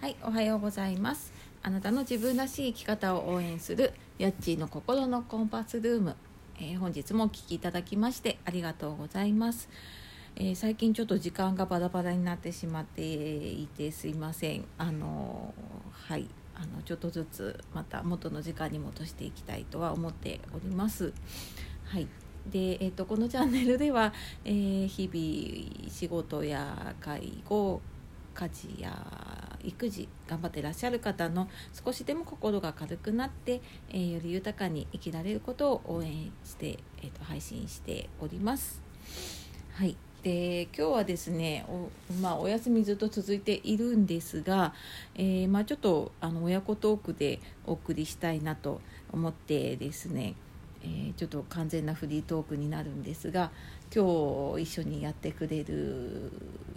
はい、おはようございます。あなたの自分らしい生き方を応援するヤッチーの心のコンパスルーム。えー本日もお聞きいただきましてありがとうございます。えー最近ちょっと時間がバラバラになってしまっていてすいません。あのーはい、あのちょっとずつまた元の時間に戻していきたいとは思っております。はい。で、えっ、とこのチャンネルでは、えー日々仕事や介護、家事や育児頑張ってらっしゃる方の少しでも心が軽くなって、えーより豊かに生きられることを応援して、えー、と配信しております。はい、で今日はですねお,、まあ、お休みずっと続いているんですが、えーまあ、ちょっとあの親子トークでお送りしたいなと思ってですね、えーちょっと完全なフリートークになるんですが今日一緒にやってくれる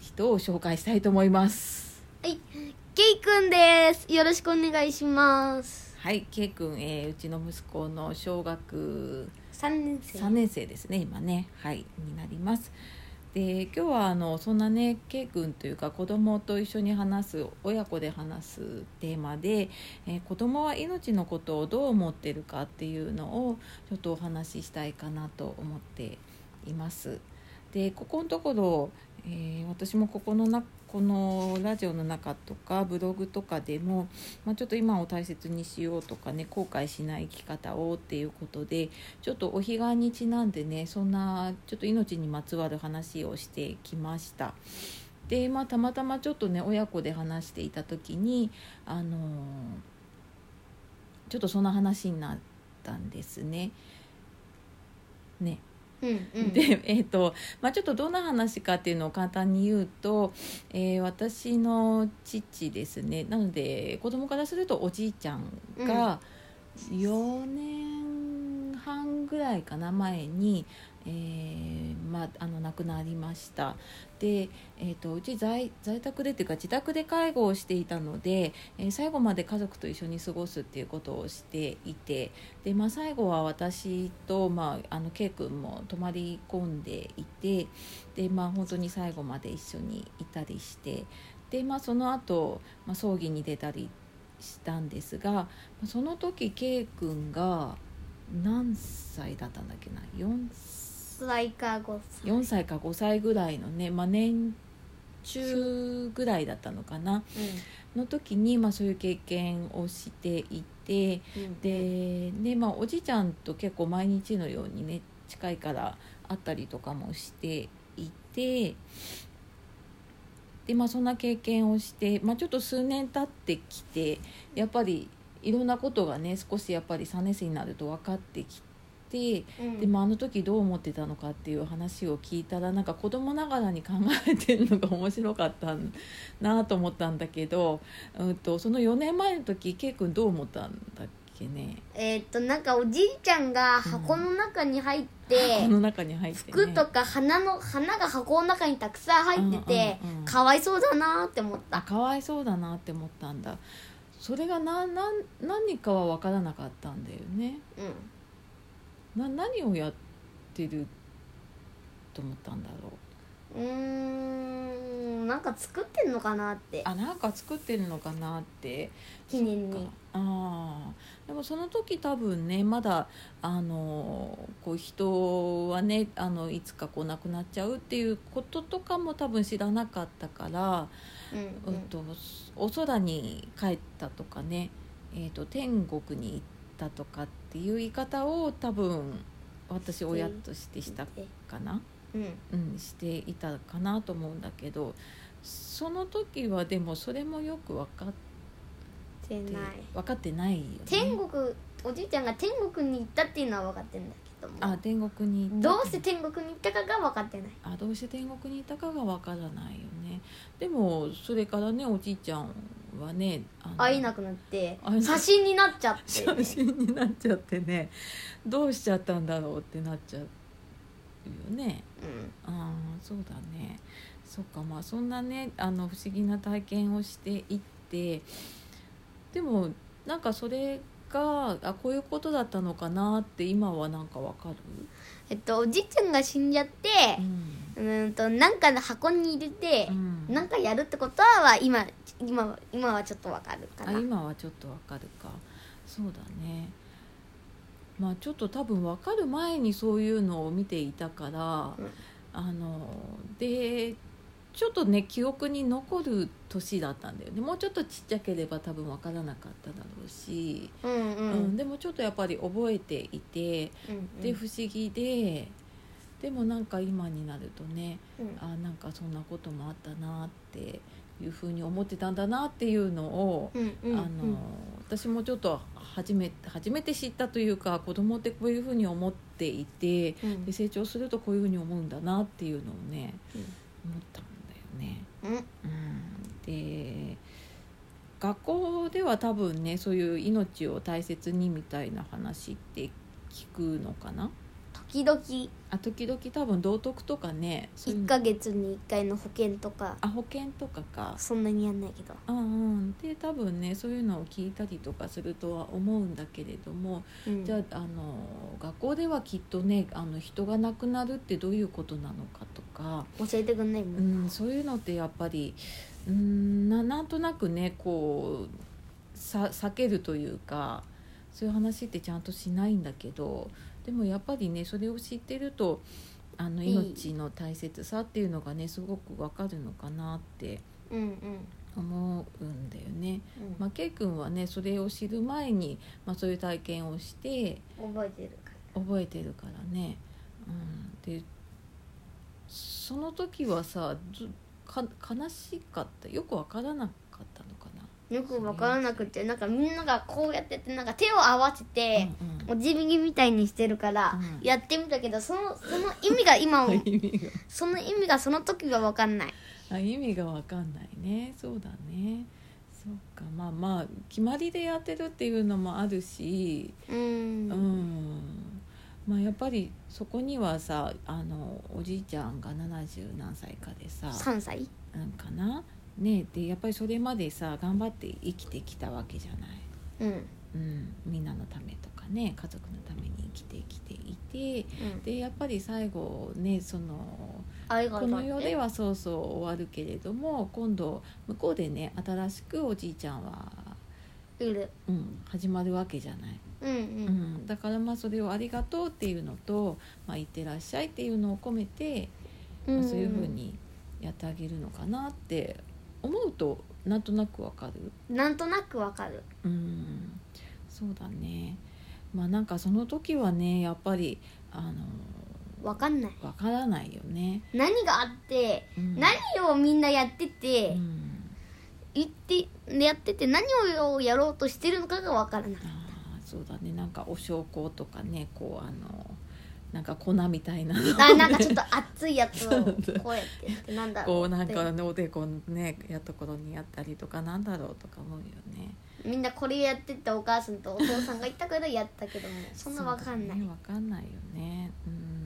人を紹介したいと思います。はい、ケイくんです。よろしくお願いします。はい、ケイ君、えーうちの息子の小学三年生。 3年生ですね今ねはいになりますで今日はあのそんなね K 君というか子供と一緒に話す親子で話すテーマで、えー子供は命のことをどう思ってるかっていうのをちょっとお話ししたいかなと思っていますでここのところ、えー私もここのなこのラジオの中とかブログとかでも、まあ、ちょっと今を大切にしようとかね後悔しない生き方をっていうことでちょっとお彼岸にちなんでねそんなちょっと命にまつわる話をしてきました。でまあ、たまたまちょっとね親子で話していた時に、あのーちょっとそんな話になったんですね。ねうんうん。で、 えーとまあ、ちょっとどんな話かっていうのを簡単に言うと、えー私の父ですねなので子供からするとおじいちゃんが4年半ぐらいかな前に、えーまあ、あの亡くなりましたで、えー、とうち在在宅でっていうか自宅で介護をしていたので、えー最後まで家族と一緒に過ごすっていうことをしていて、で、まあ、最後は私と、まあ、あの K 君も泊まり込んでいてで、まあ、本当に最後まで一緒にいたりしてで、まあ、その後、まあ葬儀に出たりしたんですがその時 K 君が何歳だったんだっけな4スワイカーゴス。 4歳か5歳ぐらいのね、まあ、年中ぐらいだったのかなの時に、まあ、そういう経験をしていて。うん。でねまあ、おじいちゃんと結構毎日のようにね近いから会ったりとかもしていてで、まあ、そんな経験をして、まあ、ちょっと数年経ってきてやっぱりいろんなことがね少しやっぱり3年生になると分かってきて。うん。でもあの時どう思ってたのかっていう話を聞いたらなんか子供ながらに考えてるのが面白かったなと思ったんだけど、うん、とその4年前の時 K 君どう思ったんだっけねえーっと、なんかおじいちゃんが箱の中に入って。この中に入って、ね、服とか花の、花が箱の中にたくさん入ってて。うんうんうんかわいそうだなーって思っあた。かわいそうだなって思ったんだそれがななん何かは分からなかったんだよねうん。な何をやってると思ったんだろううーん。なんか作ってんのかなって。あなんか作ってるのかなって記念に。あーでもその時多分ねまだあのこう人はねあのいつかこう亡くなっちゃうっていうこととかも多分知らなかったから、うんううんん。とお空に帰ったとかね、えー、と天国に行ったとかっていう言い方を多分私親としてしたかな、うん。うん、していたかなと思うんだけどその時はでもそれもよく分かってしてない。分かってないよね。天国、おじいちゃんが天国に行ったっていうのは分かってんだけども。あ天国に行ったどうして天国に行ったかが分かってないあどうして天国にいたかがわからないよねでもそれからねおじいちゃんはねあの会えなくなって会えな写真になっちゃって写真になっちゃってねどうしちゃったんだろうってなっちゃうよねうんああそうだねそっかまあそんなねあの不思議な体験をしていってでもなんかそれがあこういうことだったのかなって今はなんかわかる、えっとおじいちゃんが死んじゃってうんうーんとなんかの箱に入れてう、んなんかやるってことは今今は今はちょっとわかるかあな今はちょっとわかるかそうだねまあちょっと多分わかる前にそういうのを見ていたから、うんあのでちょっとね記憶に残る年だったんだよねもうちょっとちっちゃければ多分わからなかっただろうし、うんううんんでもちょっとやっぱり覚えていてうんで不思議で、でもなんか今になるとねうんあなんかそんなこともあったなっていうふうに思ってたんだなっていうのを、うんうんあの私もちょっと初め初めて知ったというか子供ってこういうふうに思っていてうんで成長するとこういうふうに思うんだなっていうのをね思ったんだよね。うんうんうん、で学校では多分ねそういう命を大切にみたいな話って聞くのかな時々あ時々多分道徳とかねそういう1のヶ月に1回の保険とかあ保険とかかそんなにやんないけどうんうん、で多分ねそういうのを聞いたりとかするとは思うんだけれども、うんじゃああの学校ではきっとねあの人が亡くなるってどういうことなのかとか、教えてくんないもうんん、そういうのってやっぱりうんななんとなくねこうさ避けるというかそういう話ってちゃんとしないんだけどでもやっぱりねそれを知ってるとあのいい命の大切さっていうのがねすごくわかるのかなってうんうん思うんだよね。うんまあ、K 君はねそれを知る前に、まあ、そういう体験をして覚えてるか覚えてるからね、うん、でその時はさずか悲しかったよくわからなかったのかな。らよくわからなくてなんかみんながこうやっててなんか手を合わせてうんうんお辞儀みたいにしてるからうんやってみたけどそのその意味が今も意味がその意味がその時はわかんないあ意味がわかんないねそうだねそうかまあまあ決まりでやってるっていうのもあるしううんんまあやっぱりそこにはさあのおじいちゃんが70何歳かでさ3歳なんかなねでやっぱりそれまでさ頑張って生きてきたわけじゃない、うんうんうん、みんなのためとかね家族のために生きてきていてでやっぱり最後ねその愛がこの世でははそうそう終わるけれども今度向こうでね新しくおじいちゃんは、いるうん、始まるわけじゃない、うんううんん、だからまあそれを「ありがとう」っていうのと「まあ、いってらっしゃい」っていうのを込めてうまあんそういうふうにやってあげるのかなって思うとなんとなくわかるなんとなくわかるうんそうだねまあなんかその時はねやっぱりあのわかんないわからないよね、何があってうん何をみんなやっててうん言ってやってて何をやろうとしてるのかがわからないあーそうだねなんかお焼香とかねこうあのなんか粉みたいなのあ なんかちょっと熱いやつをそうだこうやってやってなんだろこううっなんてかねおでこのねやところにやったりとかなんだろうとか思うよねみんなこれやってってお母さんとお父さんが言ったからやったけどもそんなわかんなそいうだねわかんないよねうん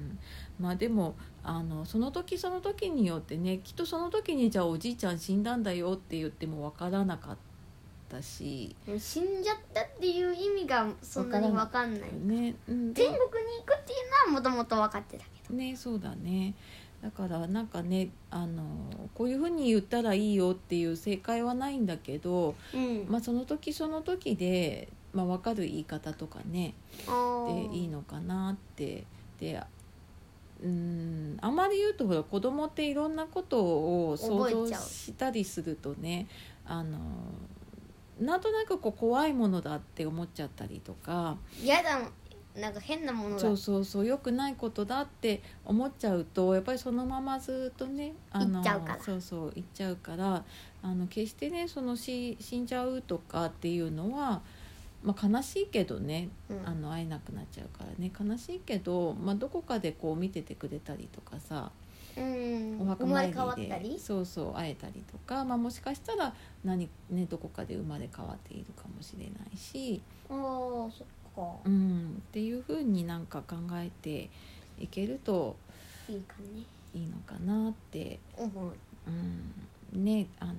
まあでもあのその時その時によってねきっとその時にじゃあおじいちゃん死んだんだよって言ってもわからなかったしでも死んじゃったっていう意味がそんなにわかんないね、うん、で天国に行くっていうのはもともと分かってたけねそうだねだからなんかねあのこういうふうに言ったらいいよっていう正解はないんだけど、どうんまあ、その時その時で、まあ、分かる言い方とかねあーでいいのかなってでうーんあまり言うとほら子供っていろんなことを想像覚えちゃうしたりするとねあのなんとなくこう怖いものだって思っちゃったりとか嫌だもんなんか変なものだそうそうそう良くないことだって思っちゃうとやっぱりそのままずっとねあ行のっちゃうからそうそう行っちゃうからあの決してねその死死んじゃうとかっていうのは、まあ、悲しいけどねうんあの会えなくなっちゃうからね悲しいけど、まあ、どこかでこう見ててくれたりとかさうんお生墓ま参れり変わったでりそうそう会えたりとか、まあ、もしかしたら何、ね、どこかで生まれ変わっているかもしれないし、ああそっかうん、っていうふうになんか考えていけるといいかねいいのかなって、うんうん、ねあの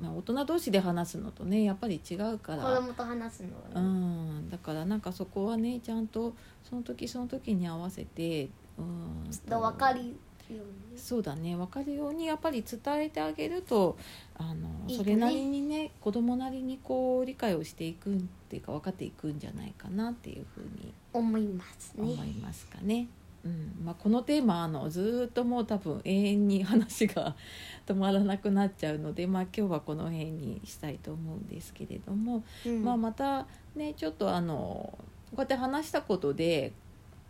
まあ、大人同士で話すのとねやっぱり違うか子ら、供と話すのうはねん、だからなんかそこはねちゃんとその時その時に合わせてうんちょっと分かるようにそうだね分かるようにやっぱり伝えてあげるとあのいいそよねれなりにね子供なりにこう理解をしていくんっていうか分かっていくんじゃないかなっていうふうに思いますね思いますかね。うんまあ、このテーマあのずーっともう多分永遠に話が 止まらなくなっちゃうので、まあ、今日はこの辺にしたいと思うんですけれども、うんまあ、またねちょっとあのこうやって話したことで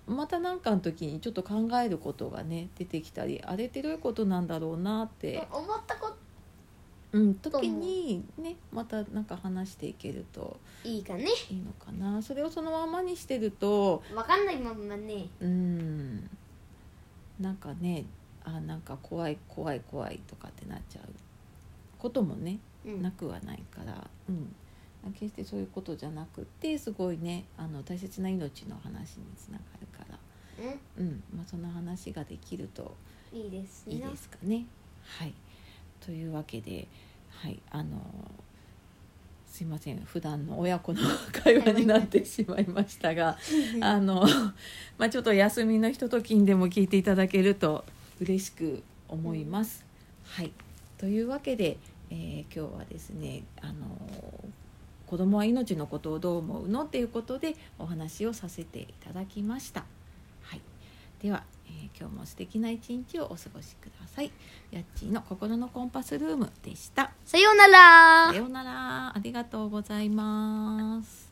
また何かの時にちょっと考えることがね出てきたりあれってどういうことなんだろうなって、思ったこうん、時にねまたなんか話していけるとといいかねいいのかなそれをそのままにしてると分かんないまんまねうんなんかねあなんか怖い怖い怖いとかってなっちゃうこともねうんなくはないから、うん、決してそういうことじゃなくてすごいねあの大切な命の話につながるから、ううんまあ、その話ができるとんいいですねいいですかね。はい、というわけで、はい、あのすいません普段の親子の会話になってしまいましたがあの、まあ、ちょっと休みのひとときにでも聞いていただけると嬉しく思います。はい、というわけで、えー今日はですねあの子供は命のことをどう思うのっていうことでお話をさせていただきました。はい、では、えー今日も素敵な一日をお過ごしください。やっちーの心のコンパスルームでした。さようならさようなら。ありがとうございます。